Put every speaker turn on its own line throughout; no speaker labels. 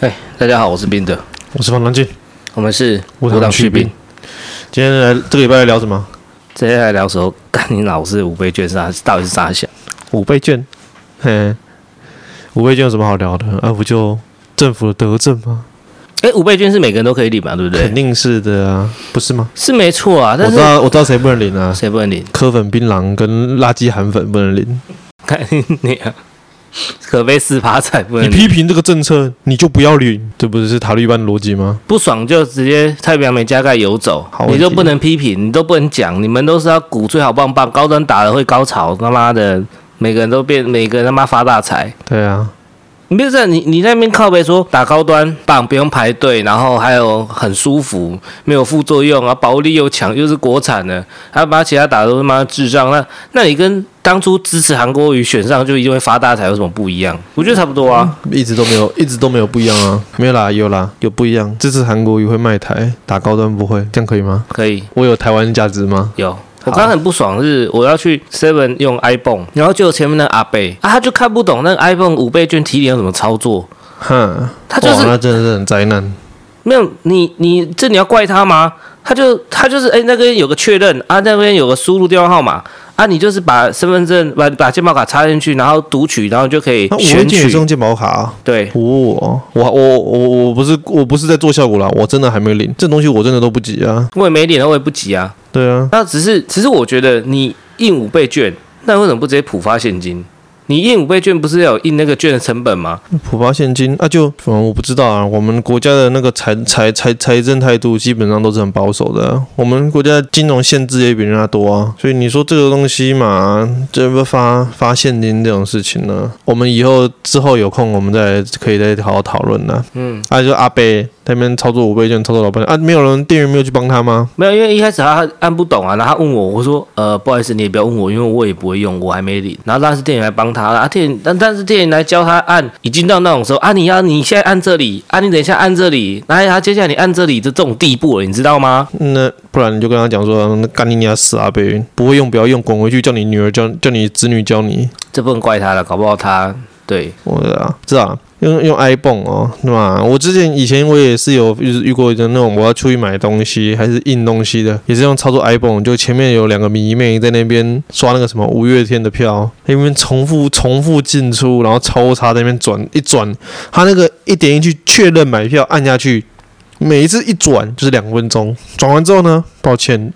哎，大家好，我是宾德，
我是方长进，
我们是
无
无
糖
续
去
兵
冰。。今天来这个礼拜来聊什么？
接下来聊什么？干你老是五倍券啥？到底是啥想？
五倍券，嘿，五倍券有什么好聊的？啊，不就政府的德政吗？
哎，五倍券是每个人都可以领嘛，对不对
肯？定是的啊，不是吗？
是没错啊，
我
但
知
是
道，我知道谁不能领啊，
谁不能领？
柯粉、槟榔跟垃圾韩粉不能领。
看你啊，可悲四趴才不
你
能领，
批评这个政策，你就不要领，这不是塔利班逻辑吗？
不爽就直接太平洋没加盖游走
好，问题
你都不能批评，你都不能讲，你们都是要鼓最好棒棒，高端打了会高潮，他妈的，每个人都变，每个人他妈发大财。
对啊，
你别在你你在那边靠背说打高端棒不用排队，然后还有很舒服，没有副作用，然后啊保护力又强，又是国产的，还把其他打的都他妈智障。那那你跟当初支持韩国瑜选上就一定会发大财有什么不一样？我觉得差不多啊。
一直都没有，一直都没有不一样啊，没有啦，有啦，有不一样。这次韩国瑜会卖台，打高端不会，这样可以吗？
可以
我有台湾价值吗？
有。我刚刚很不爽，是我要去 Seven 用 iPhone，然后就有前面那个阿贝啊，他就看不懂那个 iPhone 五倍券提点有什么操作，
哼，
他就是
哇那真的是很灾难。
没有你你这你要怪他吗？他就他就是哎、那边有个确认啊，那边有个输入电话号码啊，你就是把身份证把把健保卡插进去，然后读取，然后就可以
那我
选
已经
取
有。用健保卡、啊。
对，
哦，我我我我不是我不是在做效果啦，我真的还没领，这东西我真的都不急啊。
我也没领，我也不急啊。
对啊，
那只是只是我觉得你印五倍券，那为什么不直接普发现金？你印五倍券不是要有印那个券的成本吗？
普发现金啊就嗯我不知道啊，我们国家的那个财财财财政态度基本上都是很保守的啊、我们国家的金融限制也比人家多啊，所以你说这个东西嘛，这不发发现金这种事情呢，我们以后之后有空我们再可以再好好讨论啦。
嗯，
啊就阿贝那边操作五倍券操作老半天啊，没有人店员没有去帮他吗？
没有，因为一开始他按不懂啊，然后他问我，我说呃，不好意思，你也不要问我，因为我也不会用，我还没领。然后当时店员来帮他了，啊店员但但是店员来教他按，已经到那种时候啊，你要你现在按这里，啊你等一下按这里，然后他接下来你按这里的这种地步了，你知道吗？
那不然你就跟他讲说，那干你娘死阿贝，不会用不要用，滚回去叫你女儿教叫你子女教你。
这不能怪他了，搞不好他对
我的啊，知道啊用用 iPhone 哦，对吧？我之前以前我也是有遇遇过一个那种我要出去买东西还是印东西的，也是用操作 iPhone，就前面有两个迷妹在那边刷那个什么五月天的票，在那边重复重复进出，然后抽查在那边转一转，他那个一点进去确认买票按下去。每一次一转就是两分钟，转完之后呢，抱歉，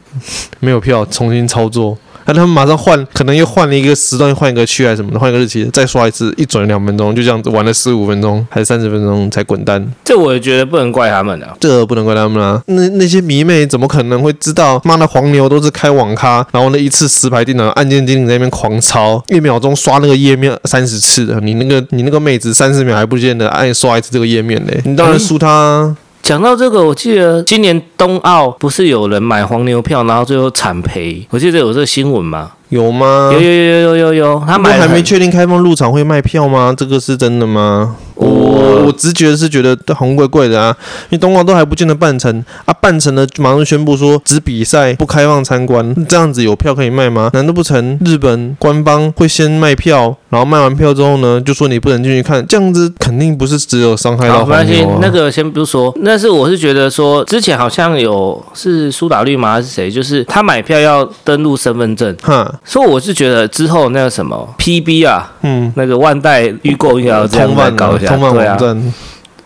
没有票，重新操作。那他们马上换，可能又换了一个时段，又换一个区还是什么的，换一个日期，再刷一次，一转两分钟，就这样子玩了十五分钟还是三十分钟才滚蛋，
这我也觉得不能怪他们啊。
这不能怪他们啊！那那些迷妹怎么可能会知道？妈的黄牛都是开网咖，然后那一次十排电脑按键精灵在那边狂抄，一秒钟刷那个页面三十次的，你那个你那个妹子三十秒还不见得按刷一次这个页面嘞，你当然输她、啊。
讲到这个，我记得今年冬奥不是有人买黄牛票，然后最后惨赔，我记得有这个新闻吗？
有吗？
有有有有有有，他
他们
买了
嗯还没
很
确定开放入场会卖票吗？这个是真的吗？我我直觉是觉得红贵贵的啊，因为冬奥都还不见得办成啊，办成了马上宣布说只比赛不开放参观，这样子有票可以卖吗？难道不成日本官方会先卖票，然后卖完票之后呢，就说你不能进去看，这样子肯定不是只有伤害
好，
到
没关
黄
系
牛啊，。
那个先不说。但是我是觉得说，之前好像有是苏打绿吗？还是谁？就是他买票要登录身份证。
哈，
所以我是觉得之后那个什么 PB 啊，
嗯，
那个万代预购应该要这样
通
再
贩
搞
啊
一下，
通贩
对
网
啊，
站。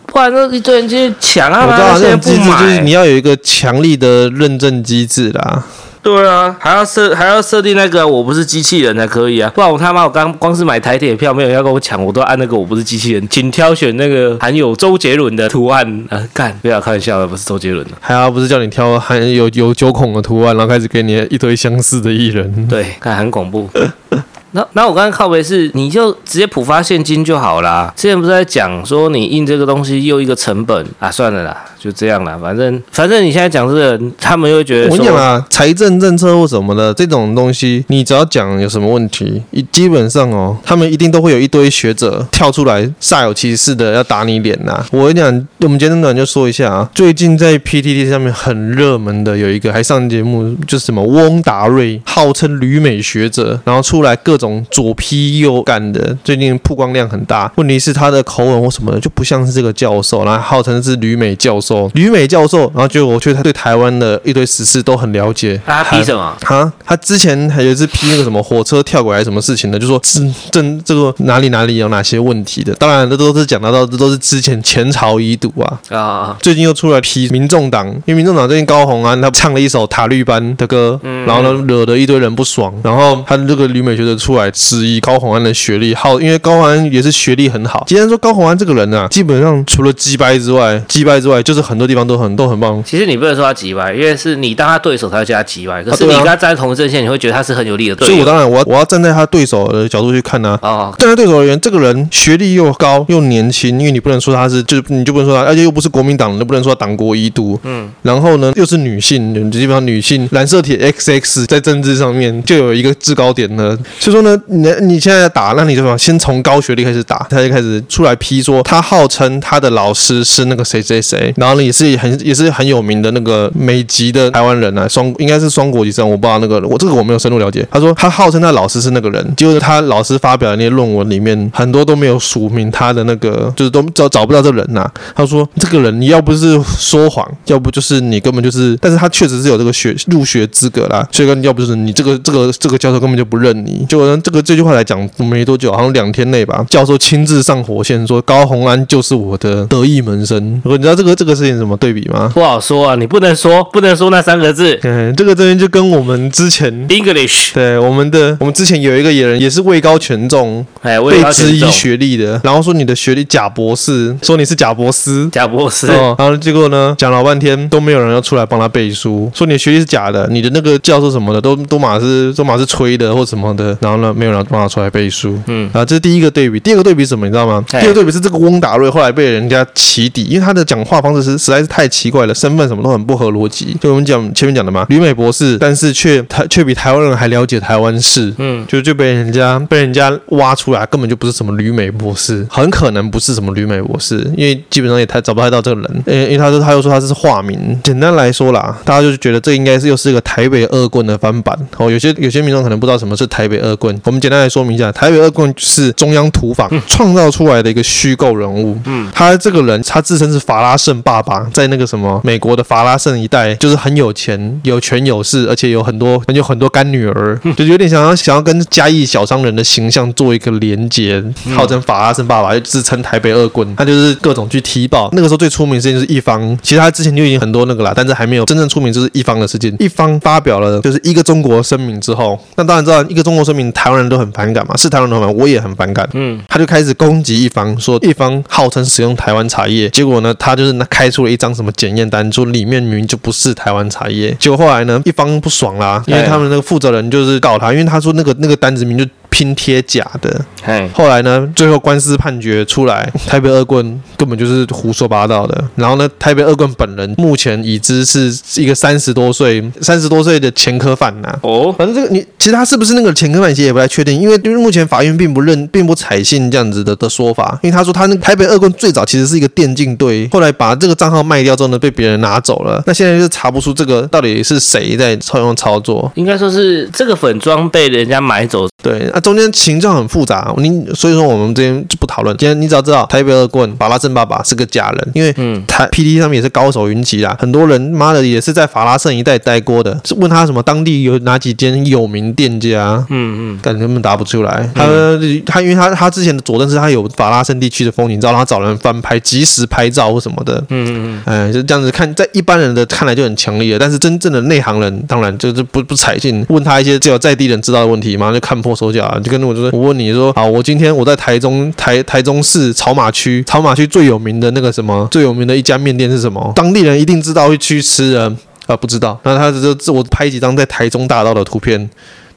不然那一堆人去抢啊，
我知
妈的
道这
现
种
在
机
不
制就是你
买。
要有一个强力的认证机制啦。
对啊，还要设还要设定那个我不是机器人才可以啊，不然我他妈我刚光是买台铁票，没有人要跟我抢，我都按那个我不是机器人，请挑选那个含有周杰伦的图案啊，干，不要开玩笑了，不是周杰伦的。
还好不是叫你挑含有有九孔的图案，然后开始给你一堆相似的艺人。
对，看很恐怖。 那那我刚刚靠北是，你就直接普发现金就好啦。之前不是在讲说你印这个东西又一个成本啊，算了啦，就这样啦，反正反正你现在讲这个，他们又会觉得
我跟你讲
说，
啊，财政政策或什么的这种东西，你只要讲有什么问题，一基本上哦，他们一定都会有一堆学者跳出来，煞有其事的要打你脸呐、我跟你讲，我们今天短就说一下啊，最近在 PTT 上面很热门的有一个还上节目，就是什么翁达瑞，号称旅美学者，然后出来各各种左批右干的，最近曝光量很大。问题是他的口吻或什么的就不像是这个教授，然后号称是旅美教授，旅美教授，然后结果我觉得他对台湾的一堆时事都很了解。
那他
还
批什么？
啊，他之前还有一次批那个什么火车跳轨还是什么事情的，就说这这这个哪里哪里有哪些问题的，当然这都是讲到到这都是之前前朝遗毒啊。
啊啊，
最近又出来批民众党，因为民众党最近高红安他唱了一首塔利班的歌，然后呢惹得一堆人不爽，然后他这个旅美学者出来质疑高红安的学历，好，因为高红安也是学历很好。既然说高红安这个人啊，基本上除了鸡掰之外，鸡掰之外就是很多地方都很都很棒，
其实你不能说他急歪，因为是你当他对手，他叫他急歪。可是
啊对
你
啊
跟他站同一阵线，你会觉得他是很有力的
所以
对
我
手。
当然我要我要站在他对手的角度去看啊。
哦，
站在对手而言，这个人学历又高又年轻，因为你不能说他是，就是你就不能说他，而且又不是国民党，你不能说他党国遗毒。嗯，然后呢，又是女性，基本上女性染色体 XX 在政治上面就有一个制高点了。所以说呢，你你现在打，那你就想先从高学历开始打，他就开始出来批说，他号称他的老师是那个谁谁谁，然后呢也是很也是很有名的那个美籍的台湾人啊，双应该是双国籍生，我不知道那个我这个我没有深入了解。他说他号称他老师是那个人，结果他老师发表的那些论文里面很多都没有署名他的那个，就是都找找不到这人啊呐、他说这个人你要不是说谎，要不就是你根本就是，但是他确实是有这个学入学资格啦，所以跟要不就是你这个这个这个教授根本就不认你。结果呢，这个这句话来讲没多久，好像两天内吧，教授亲自上火线说高红安就是我的得意门生。你知道这个这个事情怎么对比吗？
不好说啊，你不能说不能说那三个字
嗯，这个这边就跟我们之前。
English，
对我们的，我们之前有一个野人也是位高权重，
哎，我也
被
要
质
选
疑
中
学历的，然后说你的学历假博士，说你是假博士，
贾博士。
哦，然后结果呢，讲老半天都没有人要出来帮他背书，说你的学历是假的，你的那个教授什么的都都马是都马是吹的或什么的，然后呢，没有人帮他出来背书。
嗯，
啊，这是第一个对比，第二个对比是什么？你知道吗？第
嘿
二个对比是这个翁达瑞后来被人家起底，因为他的讲话方式是实在是太奇怪了，身份什么都很不合逻辑。就我们讲前面讲的嘛，旅美博士，但是却他却比台湾人还了解台湾事，
嗯，
就就被人家被人家挖出来，根本就不是什么旅美博士，很可能不是什么旅美博士，因为基本上也太找不太到这个人。呃，因为他说他又说他是化名，简单来说啦，大家就觉得这应该是又是一个台北恶棍的翻版。哦，有些有些民众可能不知道什么是台北恶棍，我们简单来说明一下，台北恶棍是中央土法创造出来的一个虚构人物。嗯，他这个人他自称是法拉盛爸爸，在那个什么美国的法拉盛一带，就是很有钱、有权有势，而且有很多有很多干女儿，就有点想要想要跟嘉义小商人的形象做一个连接，号称法拉盛爸爸，就自称台北恶棍，他就是各种去踢爆。那个时候最出名的事情就是一方，其实他之前就已经很多那个啦，但是还没有真正出名，就是一方的事件。一方发表了就是一个中国声明之后，那当然知道一个中国声明，台湾人都很反感嘛，是台湾人都很反感，我也很反感。
嗯，
他就开始攻击一方，说一方号称使用台湾茶叶，结果呢，他就是那开出了一张什么检验单，说里面明明就不是台湾茶叶。结果后来呢，一方不爽啦，因为他们那个负责人就是告他，因为他说那个那个单子名就拼贴假的。
哎，
后来呢，最后官司判决出来，台北恶棍根本就是胡说八道的。然后呢，台北恶棍本人目前已知是一个三十多岁、三十多岁的前科犯呐、
哦，
反正这个你其实他是不是那个前科犯，其实也不太确定，因为因为目前法院并不认，并不采信这样子的的说法，因为他说他那个台北恶棍最早其实是一个电竞队，后来把这个账号卖掉之后呢，被别人拿走了，那现在就查不出这个到底是谁在操用操作。
应该说是这个粉装被人家买走。
对，那、中间情状很复杂，你所以说我们这边就不讨论。今天你只要知道台北恶棍法拉盛爸爸是个假人，因为
嗯，
台 PD 上面也是高手云集啦，很多人妈的也是在法拉盛一带待过的，是问他什么当地有哪几间有名店家，啊
嗯嗯，
但根本答不出来。他、他因为他他之前的佐证是他有法拉盛地区的风景照，然后找人翻拍、及时拍照或什么的。嗯嗯嗯，哎，就这样子看，在一般人的看来就很强烈了，啊但是真正的内行人当然就是不不采信。问他一些只有在地人知道的问题，马上就看破手脚啊，就跟我就是我问你说，啊，我今天我在台中台台中市草马区，草马区最有名的那个什么最有名的一家面店是什么？当地人一定知道会去吃的。啊，不知道。那他就就我拍几张在台中大道的图片。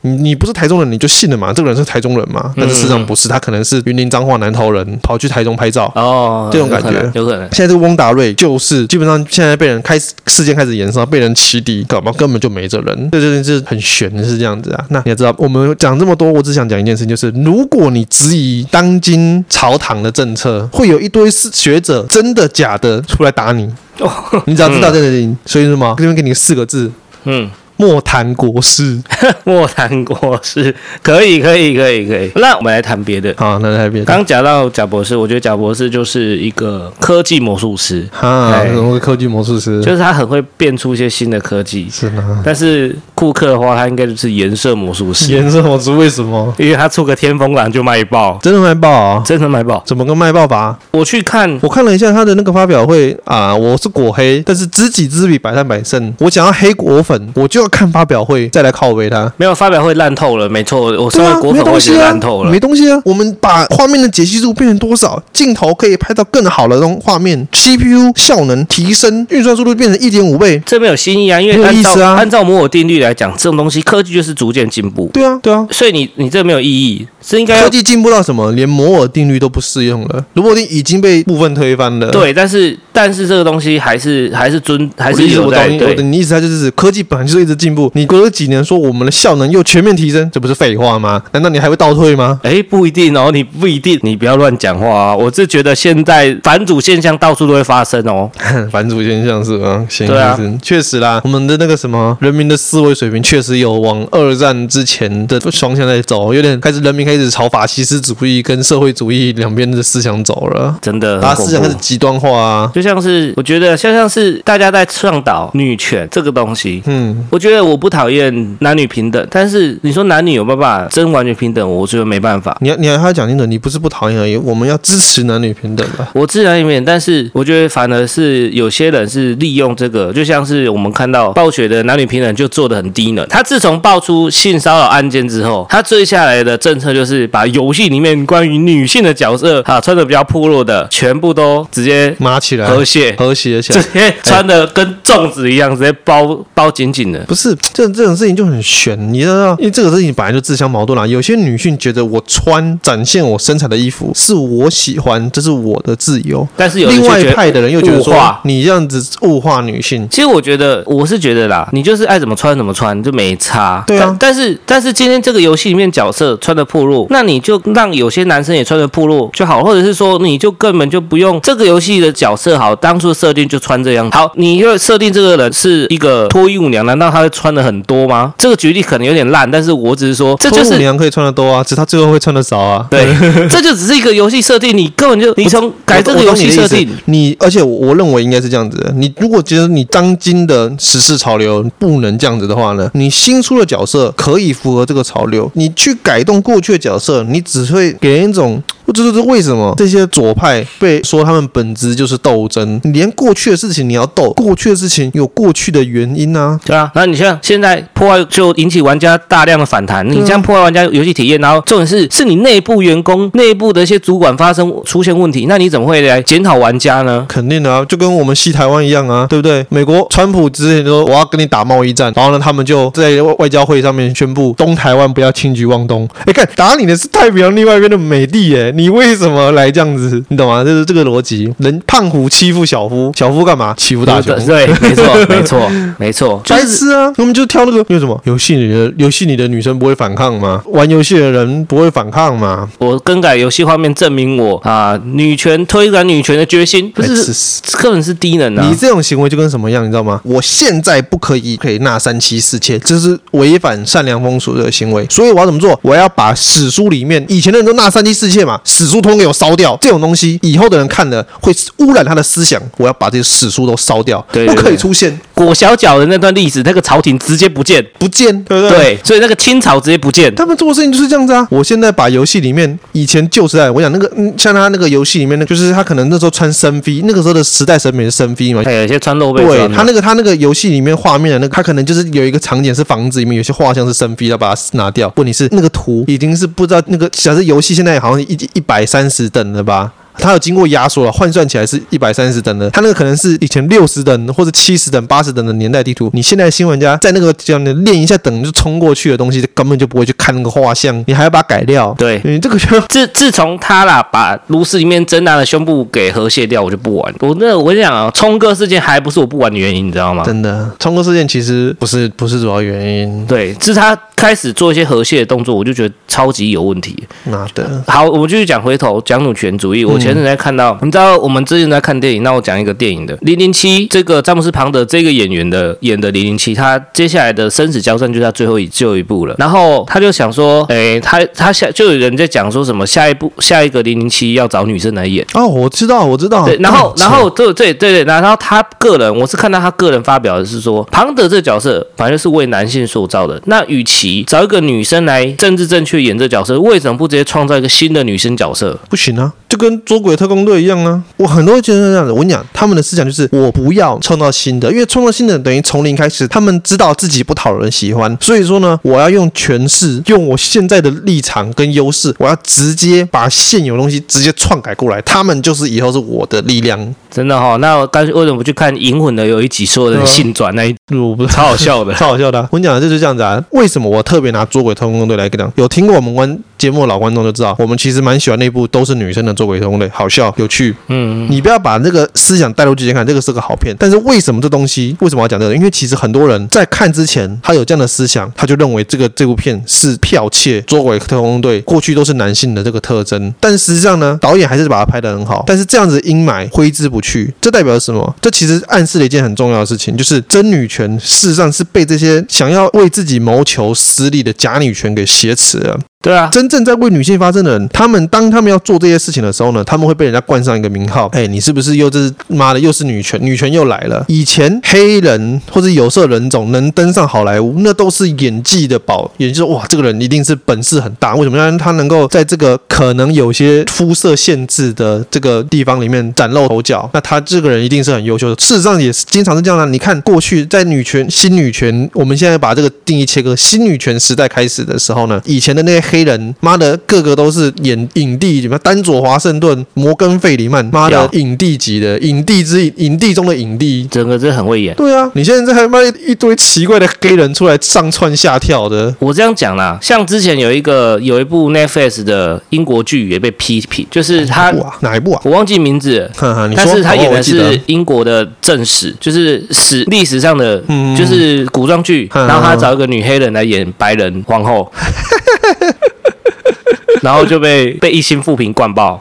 你你不是台中人，你就信了嘛？这个人是台中人嘛？但是事实上不是，他可能是云林彰化南投人，跑去台中拍照。
哦，
这种感
有可能
觉
有可能。
现在这个翁达瑞就是基本上现在被人开始事件开始延烧，被人起底，搞不好根本就没这人，这件事很悬是这样子啊。那你也知道，我们讲这么多，我只想讲一件事情，就是如果你质疑当今朝堂的政策，会有一堆是学者真的假的出来打你，
哦，
你只要知道这个事情，所以什么这边给你四个字：
嗯，
莫谈国事。
莫谈国事，可以，可以，可以，可以。那我们来谈别的。
好，那来别的。
刚讲到贾博士，我觉得贾博士就是一个科技魔术师，
啊，
哎
什么科技魔术师？
就是他很会变出一些新的科技。
是 呢。
但是库克的话，他应该就是颜色魔术师，
颜色魔术为什么？
因为他出个天风蓝就卖爆，
真的卖爆啊？
真的卖爆。
怎么个卖爆法？
我去看，
我看了一下他的那个发表会啊，我是果黑，但是知己知彼，百战百胜。我想要黑果粉，我就要看发表会再来靠围他。
没有发表会烂透了，没错，我身
对
为
啊，
果
没
粉，我
东
已经
西啊
烂透，了
没。东西啊。我们把画面的解析度变成多少，镜头可以拍到更好的那种画面，CPU 效能提升，运算速度变成一点五倍。
这没有新意啊，因为
没有
按
意思
照、
啊
按照摩尔定律来讲，这种东西科技就是逐渐进步，
对啊，对啊。
所以你你这没有意义，是应该
科
要
技进步到什么，连摩尔定律都不适用了。罗伯定已经被部分推翻了。，
对，但是但是这个东西还是还是尊还
呃我
是
的意思
有
我
在
懂你，我的
对。
你意思它就是指科技本来就是一直进步，你隔了几年说我们的效能又全面提升，这不是废话吗？难道你还会倒退吗？
哎，不一定哦，你不一定，你不要乱讲话啊！我是觉得现在反主现象到处都会发生哦。
反主现象是吧？行
对啊
是确实啦，我们的那个什么人民的思维水平确实有往二战之前的方向在走，有点开始人民开始朝法西斯主义跟社会主义两边的思想走了，
真的
大
很
家思
恐
想开始
怖。
极端化啊。
就像是我觉得，像像是大家在倡导女权这个东西，
嗯，
我觉得我不讨厌男女平等，但是你说男女有没有办法真完全平等，我觉得没办法。
你要你还要讲清楚，你不是不讨厌而已，我们要支持男女平等吧？
我自然一面，但是我觉得反而是有些人是利用这个，就像是我们看到暴雪的男女平等就做的很低能。他自从爆出性骚扰案件之后，他追下来的政策就是把游戏里面关于女性的角色啊，穿的比较破落的，全部都直接
麻起来，
和谐，
和谐起
直
来。
接穿的跟粽子一样，直接包包紧紧的。
不是这这种事情就很悬，你知道，因为这个事情本来就自相矛盾啦。有些女性觉得我穿展现我身材的衣服是我喜欢，这是我的自由；
但是有人
另
就
外
觉
一
得
派的人又觉得
物
说
化
你这样子物化女性。
其实我觉得，我是觉得啦，你就是爱怎么穿怎么穿就没差。
对啊
但但是但是今天这个游戏里面角色穿的破落，那你就让有些男生也穿的破落就好，或者是说你就根本就不用这个游戏的角色好，当初设定就穿这样好。你又设定这个人是一个脱衣舞娘，难道她会穿的很多吗？这个举例可能有点烂，但是我只是说这就
脱乳
是。
娘可以穿的多啊，只是她最后会穿的少啊。
对，这就只是一个游戏设定，你根本就你从改这个游戏设定，
你而且我我认为应该是这样子的。你如果觉得你当今的时事潮流不能这样子的话呢，你新出的角色可以符合这个潮流，你去改动过去的角色，你只会给人一种。这就是为什么这些左派被说他们本质就是斗争，你连过去的事情你要斗，过去的事情有过去的原因啊。
对啊，然后你像现在破坏就引起玩家大量的反弹，你这样破坏玩家游戏体验，然后重点是是你内部员工、内部的一些主管发生出现问题，那你怎么会来检讨玩家呢？
肯定的啊，就跟我们西台湾一样啊，对不对？美国川普之前就说我要跟你打贸易战，然后呢，他们就在外外交会上面宣布东台湾不要轻举妄动。哎，看打你的是太平洋另外一边的美帝，哎，你为什么来这样子？你懂吗？就是这个逻辑，人胖虎欺负小夫，小夫干嘛欺负大雄？
对，没错， 没错，没错，就
白
是
痴啊！我们就挑那个，因为什么游戏里的游戏里的女生不会反抗吗？玩游戏的人不会反抗吗？
我更改游戏画面证明我啊、女权推广女权的决心，不
白痴
是
死
根本是低能啊
你！这种行为就跟什么样，你知道吗？我现在不可以可以纳三妻四妾，这是违反善良风俗的行为。所以我要怎么做？我要把史书里面以前的人都纳三妻四妾嘛，史书通给我烧掉。这种东西以后的人看了会污染他的思想，我要把这些史书都烧掉，
对对
不可以
对
出现，
裹小脚的那段历史，那个朝廷直接不见，
不见，对不对？
对，所以那个清朝直接不见。
他们做的事情就是这样子啊！我现在把游戏里面以前旧时代，我讲那个，嗯，像他那个游戏里面，那就是他可能那时候穿深 V，那个时候的时代审美是深 V 嘛，
哎还有一些穿露背
对
装啊的
他那个他那个游戏里面画面的那个，他可能就是有一个场景是房子里面有些画像是生僻，要把它拿掉。问题是那个图已经是不知道那个，假设游戏现在好像一一百三十等了吧。它有经过压缩了，换算起来是一百三十等的。它那个可能是以前六十等或者七十等、八十等的年代地图。你现在新玩家在那个这样的练一下等就冲过去的东西，根本就不会去看那个画像，你还要把它改掉。嗯
对
你这个就
自自从他啦把炉石里面真娜的胸部给和谐掉，我就不玩。我那我跟你讲啊，冲哥事件还不是我不玩的原因，你知道吗？
真的冲哥事件其实不是不是主要原因，
对，是他开始做一些和谐的动作，我就觉得超级有问题。
妈的，
好，我们继续讲回头讲女权主义。我前阵子在看到，你知道我们之前在看电影，那我讲一个电影的《零零七》，这个詹姆斯·庞德这个演员的演的《零零七》，他接下来的生死交战就是他最后一最后一部了。然后他就想说，诶，他他下就有人在讲说什么下一部下一个《零零七》要找女生来演。
哦，我知道，我知道。啊
对，然后，
干
然后，对，对，对，对，然后他个人，我是看到他个人发表的是说，庞德这个角色反正是为男性塑造的。那与其找一个女生来政治正确演这角色，为什么不直接创造一个新的女生角色？
不行啊，就跟捉鬼特工队一样啊。我很多人觉得这样子，我跟你讲，他们的思想就是我不要创造新的，因为创造新的等于从零开始。他们知道自己不讨人喜欢，所以说呢，我要用权势，用我现在的立场跟优势，我要直接把现有东西直接篡改过来。他们就是以后是我的力量。
真的哈、那我干脆为什么不去看《银魂》的有一集所有
嗯
人性转那一集，
我不
超好笑的
。超好笑的啊、我跟你讲，就是这样子啊。为什么我特别拿《捉鬼特工队》来讲？有听过我们观节目的老观众就知道，我们其实蛮喜欢那部都是女生的《捉鬼特工队》，好笑有趣。嗯，你不要把这个思想带入剧情看，这个是个好片。但是为什么这东西为什么要讲这个？因为其实很多人在看之前，他有这样的思想，他就认为这个这部片是剽窃《捉鬼特工队》过去都是男性的这个特征。但实际上呢，导演还是把它拍得很好。但是这样子阴霾挥之不去，这代表什么？这其实暗示了一件很重要的事情，就是真女权事实上是被这些想要为自己谋求私利的假女权给挟持了。
对啊，
真正在为女性发声的人，他们当他们要做这些事情的时候呢，他们会被人家冠上一个名号，哎，你是不是又这是妈的又是女权，女权又来了。以前黑人或者有色人种能登上好莱坞，那都是演技的宝，也就是哇，这个人一定是本事很大，为什么让他能够在这个可能有些肤色限制的这个地方里面崭露头角？那他这个人一定是很优秀的。事实上也是经常是这样的、你看过去在女权、新女权，我们现在把这个定义切割，新女权时代开始的时候呢，以前的那些黑人，妈的个个都是演影帝，什么丹佐华盛顿、摩根费里曼，妈的
屌
影帝级的，影帝之影帝中的影帝。
整个真的很会演。
对啊，你现在还妈一堆奇怪的黑人出来上蹿下跳的，
我这样讲啦，像之前有一个有一部 Netflix 的英国剧也被批评，就是他
哇，哪一部啊？
我忘记名字了，
哈哈，你说，
但是他
哦
演的
我记得
是英国的正史，就是史历史上的，
嗯
就是古装剧，
嗯
然后他找一个女黑人来演白人皇后。 然后就被被一星复评灌爆，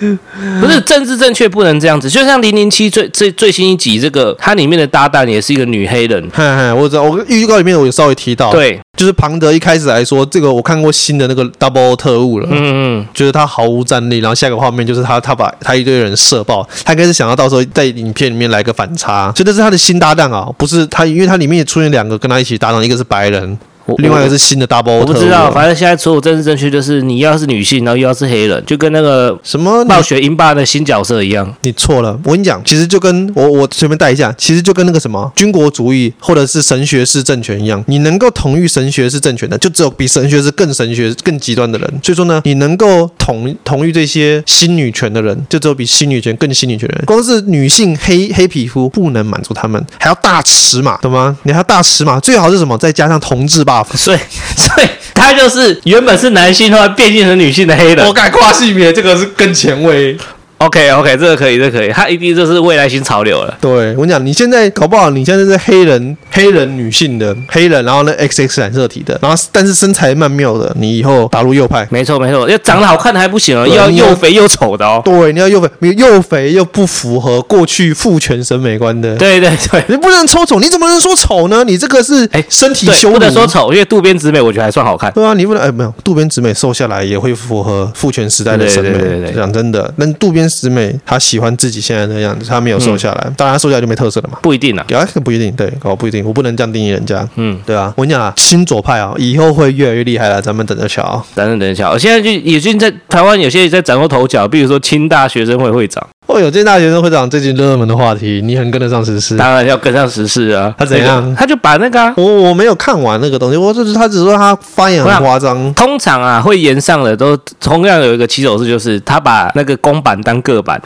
不是政治正确不能这样子。就像零零七最最最新一集这个，它里面的搭档也是一个女黑人，
嗨嗨，我知道，我预告里面我有稍微提到，，
对，
就是庞德一开始来说，这个我看过新的那个 Double 特务了，
嗯嗯，
觉得他毫无战力，然后下一个画面就是他他把他一堆人射爆，他应该是想要到时候在影片里面来个反差，所以这是他的新搭档啊，不是他，因为他里面也出现两个跟他一起搭档，一个是白人，
我
另外一
我
个是新的 Double 特务，
我不知道，反正现在所有政治正确就是你要是女性，然后又要是黑人，就跟那个
什么你
暴雪英霸的新角色一样。
你错了，我跟你讲，其实就跟我我随便带一下，其实就跟那个什么军国主义或者是神学式政权一样，你能够统御神学式政权的，就只有比神学式更神学、更极端的人。所以说呢，你能够统统御这些新女权的人，就只有比新女权更新女权的人。光是女性黑黑皮肤不能满足他们，还要大尺码，懂吗？你还要大尺码，最好是什么？再加上同志 buff。
所以， 所以他就是原本是男性，后来变性成女性的黑人
我。敢跨性别，这个是更前卫。
OK OK，这个可以，这个可以，他一定就是未来新潮流了。
对我跟你讲，你现在搞不好你现在是黑人黑人女性的黑人，然后呢 X X 染色体的，然后但是身材曼妙的，你以后打入右派，
没错没错，要长得好看的还不行哦，
对
又要
你要
又肥又丑的哦。
对，你要又肥，你又肥又不符合过去父权审美观的，
对对对，
你不能说丑，你怎么能说丑呢？你这个是
哎
身体
对，
羞辱，
不能说丑，因为渡边直美我觉得还算好看。
对啊，你不能哎，没有渡边直美瘦下来也会符合父权时代的审美。
对对对对对
讲真的，但渡边直美她喜欢自己现在的样子，她没有瘦下来，
嗯
当然她瘦下来就没特色了嘛。
不一定啊，
啊，不一定，对，哦，不一定，我不能这样定义人家。
嗯，
对啊，我跟你讲啊，新左派啊，以后会越来越厉害了，咱们等着瞧啊。
等等等一下，我现在就已经在台湾有些也在崭露头角，比如说清大学生会会长，
哦，有这大学生会长最近热门的话题，你很跟得上时事。
当然要跟上时事啊。
他怎样
他就把那个啊、
我我没有看完那个东西，我就是他只说他发言很夸张，
通常啊，会延上的都同样有一个起手式，就是他把那个公版当个版，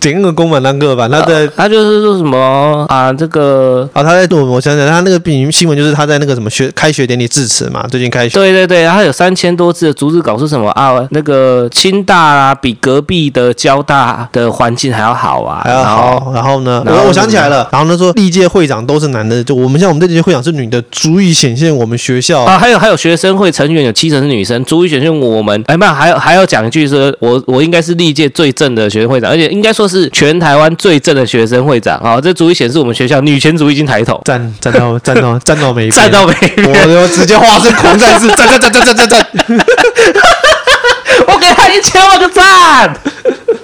整个公版当个版，他在。
他就是说什么啊，这个
啊，他在我我想想，他那个比新闻就是他在那个什么学开学典礼致辞嘛，最近开学，
对对对，他有三千多字的逐字稿是什么啊？那个清大啊，比隔壁的交大大的环境还要好啊，
还要
然后
好，然哦后呢？
然后
我我想起来了，然后呢说历届会长都是男的，就我们像我们这届会长是女的，足以显现我们学校
啊，还有还有学生会成员有七成是女生，足以选出我们。哎，没有，还有还要讲一句是，我我应该是历届最正的学生会长，而且应该说是全台湾最正的学生会长啊、哦，这足以显示我们学校女权主义已经抬头，
站站到站到站到每一边
站到没
我
边。
就直接化身狂战士，站站站站站站站，
我给他一千万个赞。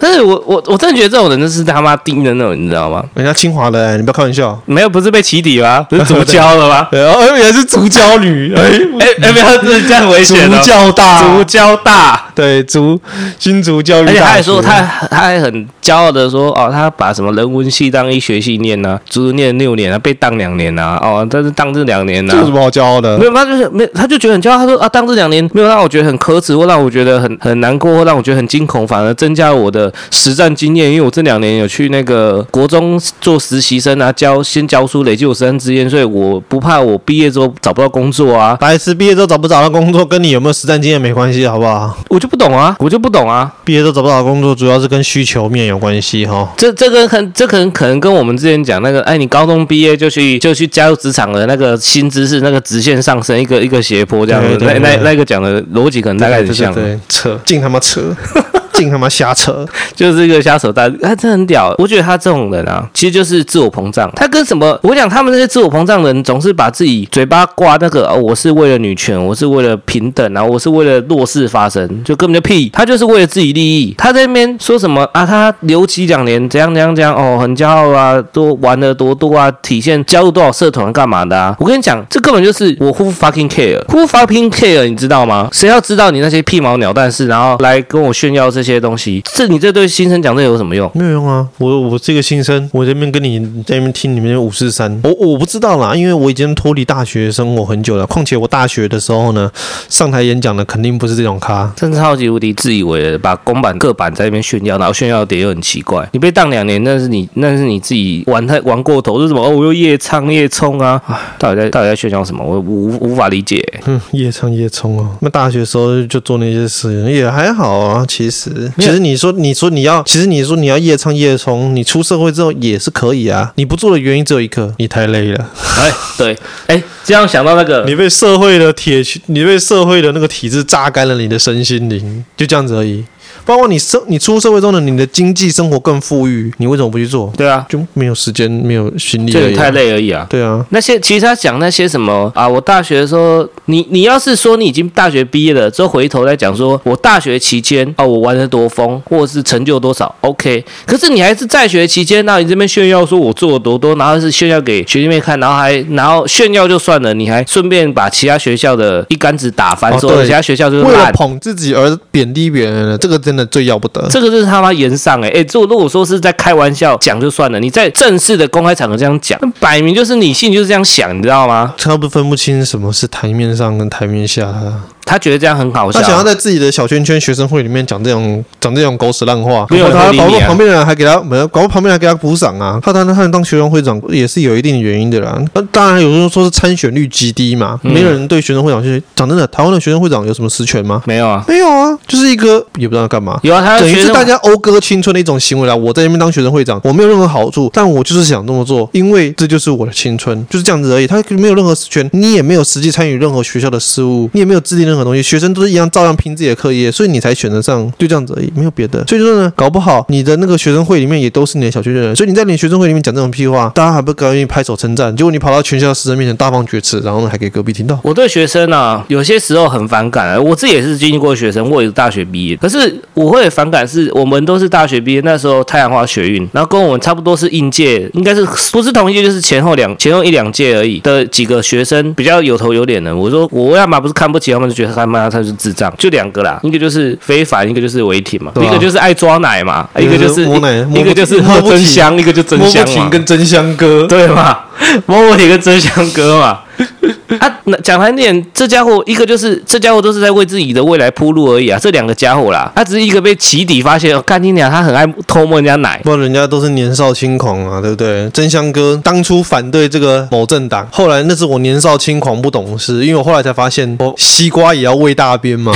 但是我我我真的觉得这种人就是他妈盯的那种，你知道吗？
人家清华的、哎你不要开玩笑。？
没有，不是被起底吗？ 不是足交了吗
然后原来哦哎是足教女， 哎，
哎哎，不要这样危
足
险了。
教大，
足交大。
对足新足教育大
而
学，
且他还说，他他还很骄傲的说，哦，他把什么人文系当医学系念呐、足足念六年啊，被当两年呐、哦，但是当这两年呐、
这有什么好骄傲的
没？有，他就是没有，他就觉得很骄傲。他说啊，当这两年没有让我觉得很可耻，或让我觉得很很难过，或让我觉得很惊恐，反而增加我的实战经验。因为我这两年有去那个国中做实习生啊，教先教书，累积我实战经验，所以我不怕我毕业之后找不到工作啊。
白痴毕业之后找不找到工作，跟你有没有实战经验没关系，好不好？
我就不懂啊，我就不懂啊。
毕业之后找不到工作，主要是跟需求面有关系哈。
这这个很这可能可能跟我们之前讲那个，哎，你高中毕业就去就去加入职场的那个薪资是那个直线上升，一个一个斜坡这样子
对，对
那那
对
那个讲的逻辑可能大概很
对
像，
对对，扯，净他妈扯， 净他妈瞎扯。
就是一个瞎扯淡，他真的哎很屌。我觉得他这种人啊，其实就是自我膨胀。啊他跟什么？我讲他们那些自我膨胀的人，总是把自己嘴巴挂那个、哦，我是为了女权，我是为了平等，啊然后我是为了弱势发声，就根本就屁。他就是为了自己利益。他在那边说什么啊？他留级两年，怎样怎样怎样哦，很骄傲啊，多玩的多多啊，体现加入多少社团干嘛的啊？我跟你讲，这根本就是我 who fucking care，who fucking care，你知道吗？谁要知道你那些屁毛鸟蛋事，然后来跟我炫耀这些东西？这你这对新生讲这有什么用？
没有用啊！我我这个新生，我这边跟你在那边听你们五四三，我我不知道啦，因为我已经脱离大学生活很久了。况且我大学的时候呢，上台演讲的肯定不是这种咖。
真是超级无敌自以为了，把公版各版在那边炫耀，然后炫耀的也很奇怪。你被当两年，那是你那是你自己玩太玩过头，就是什么哦，我又夜唱夜冲啊，唉到底在到底在炫耀什么？我无无法理解、
哼，夜唱夜冲哦。那大学时候就做那些事，也还好啊。其实，
没
其
有
实你说你说你要，其实你说你要夜唱夜冲，你出社会之后也是可以啊。你不做的原因只有一个，你太累了，
哎，对，哎，这样想到那个，
你被社会的铁拳，你被社会的那个体制榨干了你的身心灵，就这样子而已。包括你生，你出社会之后呢，你的经济生活更富裕，你为什么不去做？
对啊，
就没有时间，没有心力
就
而
你
已。
太累而已啊。
对啊，
那些其实他讲那些什么啊，我大学的时候，你你要是说你已经大学毕业了，之后回头再讲说，我大学期间哦，我玩的多疯，或者是成就多少，OK。可是你还是在学期间，那你这边炫耀说我做的多多，然后是炫耀给学弟妹看，然后还然后炫耀就算了，你还顺便把其他学校的一竿子打翻，
哦
说、
对
其他学校就是
为了
烂。
捧自己而贬低别人了，这个真的最要不得。
这个就是他妈言上哎、欸、哎、这如果说是在开玩笑讲就算了，你在正式的公开场合这样讲，那摆明就是你心里就是这样想，你知道吗？
他不分不清什么是台面上跟台面下的啊，
他觉得这样很好笑
他，想要在自己的小圈圈、学生会里面讲这种讲这种狗屎烂话，
没有人
他
会理你啊
搞不好旁边的人还给他，没有搞不好旁边人还给他鼓掌啊。他当他当学生会长也是有一定的原因的啦。那当然有人说是参选率极低嘛，
嗯
没有人对学生会长去讲真的，台湾的学生会长有什么实权吗？
没有啊，
没有啊，就是一个也不知道干嘛。
有啊，他
等于
学
是
生
大家讴歌青春的一种行为啦。我在那边当学生会长，我没有任何好处，但我就是想这么做，因为这就是我的青春，就是这样子而已。他没有任何权，你也没有实际参与任何学校的事务，你也没有制定任何东西，学生都是一样照样拼自己的课业，所以你才选得上，就这样子而已，没有别的。所以说呢，搞不好你的那个学生会里面也都是你的小圈圈人，所以你在你的学生会里面讲这种屁话，大家还不敢愿意拍手称赞，结果你跑到全校师生面前大放厥词，然后呢还给隔壁听到。
我对学生啊，有些时候很反感啊。我自己也是经历过学生，我也是大学毕业，可是我会反感是，我们都是大学毕业，那时候太阳花学运，然后跟我们差不多是应届，应该是不是同一届，就是前后两前后一两届而已的几个学生比较有头有脸的。我说我要么不是看不起他们，就觉得他妈他是智障，就两个啦，一个就是非凡，一个就是违停嘛，
对啊
一个就是爱抓奶嘛，一个就是
摸奶
一个就是
摸
喝
不
真
停
香，一个就真啊
摸
香
不停
嘛，
跟真香哥，
对嘛，摸不停跟真香哥嘛。啊，那讲难点，这家伙一个就是这家伙都是在为自己的未来铺路而已啊，这两个家伙啦，啊他只是一个被起底发现，哦干你娘，他很爱偷摸人家奶，
不，人家都是年少轻狂啊，对不对？真香哥当初反对这个某政党，后来那是我年少轻狂不懂事，因为我后来才发现，我西瓜也要喂大 便嘛，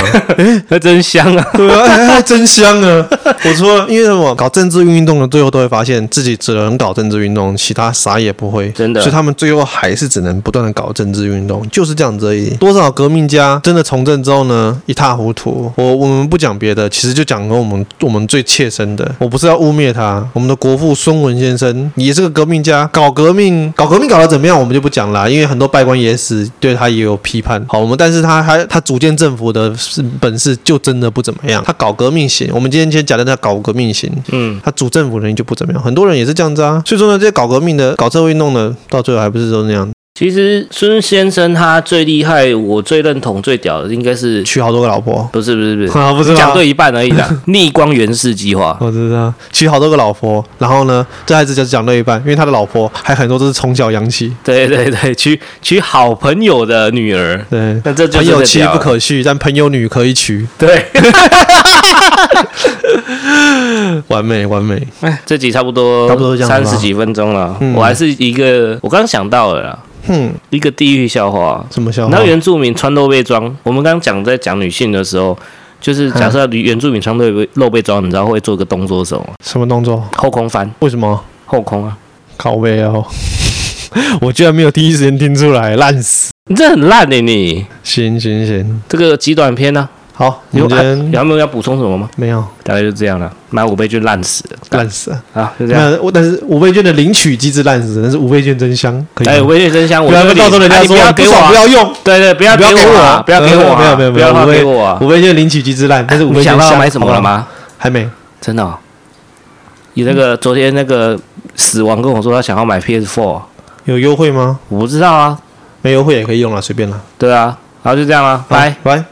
那真香啊！
对啊，哎还真香啊！我说，因为什么？搞政治运动的最后都会发现自己只能搞政治运动，其他啥也不会，
真的啊
所以他们最后还是只能不断的搞政治运动，就是这样子而已。多少革命家真的从政之后呢，一塌糊涂。我我们不讲别的，其实就讲跟我们我们最切身的。我不是要污蔑他，我们的国父孙文先生也是个革命家，搞革命，搞革命搞得怎么样，我们就不讲啦，因为很多拜官野史对他也有批判。好，我们但是他他他组建政府的本事就真的不怎么样，他搞革命行，我们今天先讲的他搞革命行，
嗯，
他主政府的人就不怎么样，很多人也是这样子啊。所以说呢，这些搞革命的、搞社会运动的，到最后还不是都那样，
其实孙先生他最厉害，我最认同、最屌的应该是
娶好多个老婆。
不是不是不是，
啊，不知
讲
道，
对一半而已 啦，逆光源氏计划。
我知道，娶好多个老婆，然后呢，这孩子就讲到一半，因为他的老婆还很多都是从小养起，
对对对，娶娶好朋友的女儿，
对，
那这就
朋
是
友
在
妻
屌
不可续，但朋友女可以娶，
对。
完美完美。
哎，这集差不多
差不多这样了
三
吧
十几分钟了，
嗯
我还是一个，我刚想到了啦，
哼，
一个地狱笑话。
什么笑
你知
话
道？原住民穿露背装，我们刚刚讲在讲女性的时候，
嗯
就是假设原住民穿露背露背装，你知道会做个动作是什么吗？
什么动作？
后空翻，
为什么？
后空啊，
靠背哦， 我居然没有第一时间听出来，烂死！
你这很烂的、你
行行行，
这个极短篇呢、
好，
你
你
有
们今天
有没有要补充什么吗？
没有
大概就这样了，买五倍券烂死了，
烂死啊。
好就这样。
那我但是五倍券的领取机制烂死，但是五倍券真香，可以吗。啊
哎，五倍券真香，我
不
这
然
里
到时候人
哎
家
你
说
不要
你
给
不
我
爽
啊
不，要用，
对对，不要
不要
我啊，不
给
要
我
给我啊，
没有没有没有
不要
没有
花
五倍
给我啊。
五倍券领取机制烂，但是五
你
倍
想
券
到
香
要买什么了？
好不好
吗？
还没，
真的、哦，有那个昨天那个死亡跟我说他想要买 PS4，
有优惠吗？
我不知道啊，
没优惠也可以用了，随便了。
对啊，然后就这样了，拜。
好拜。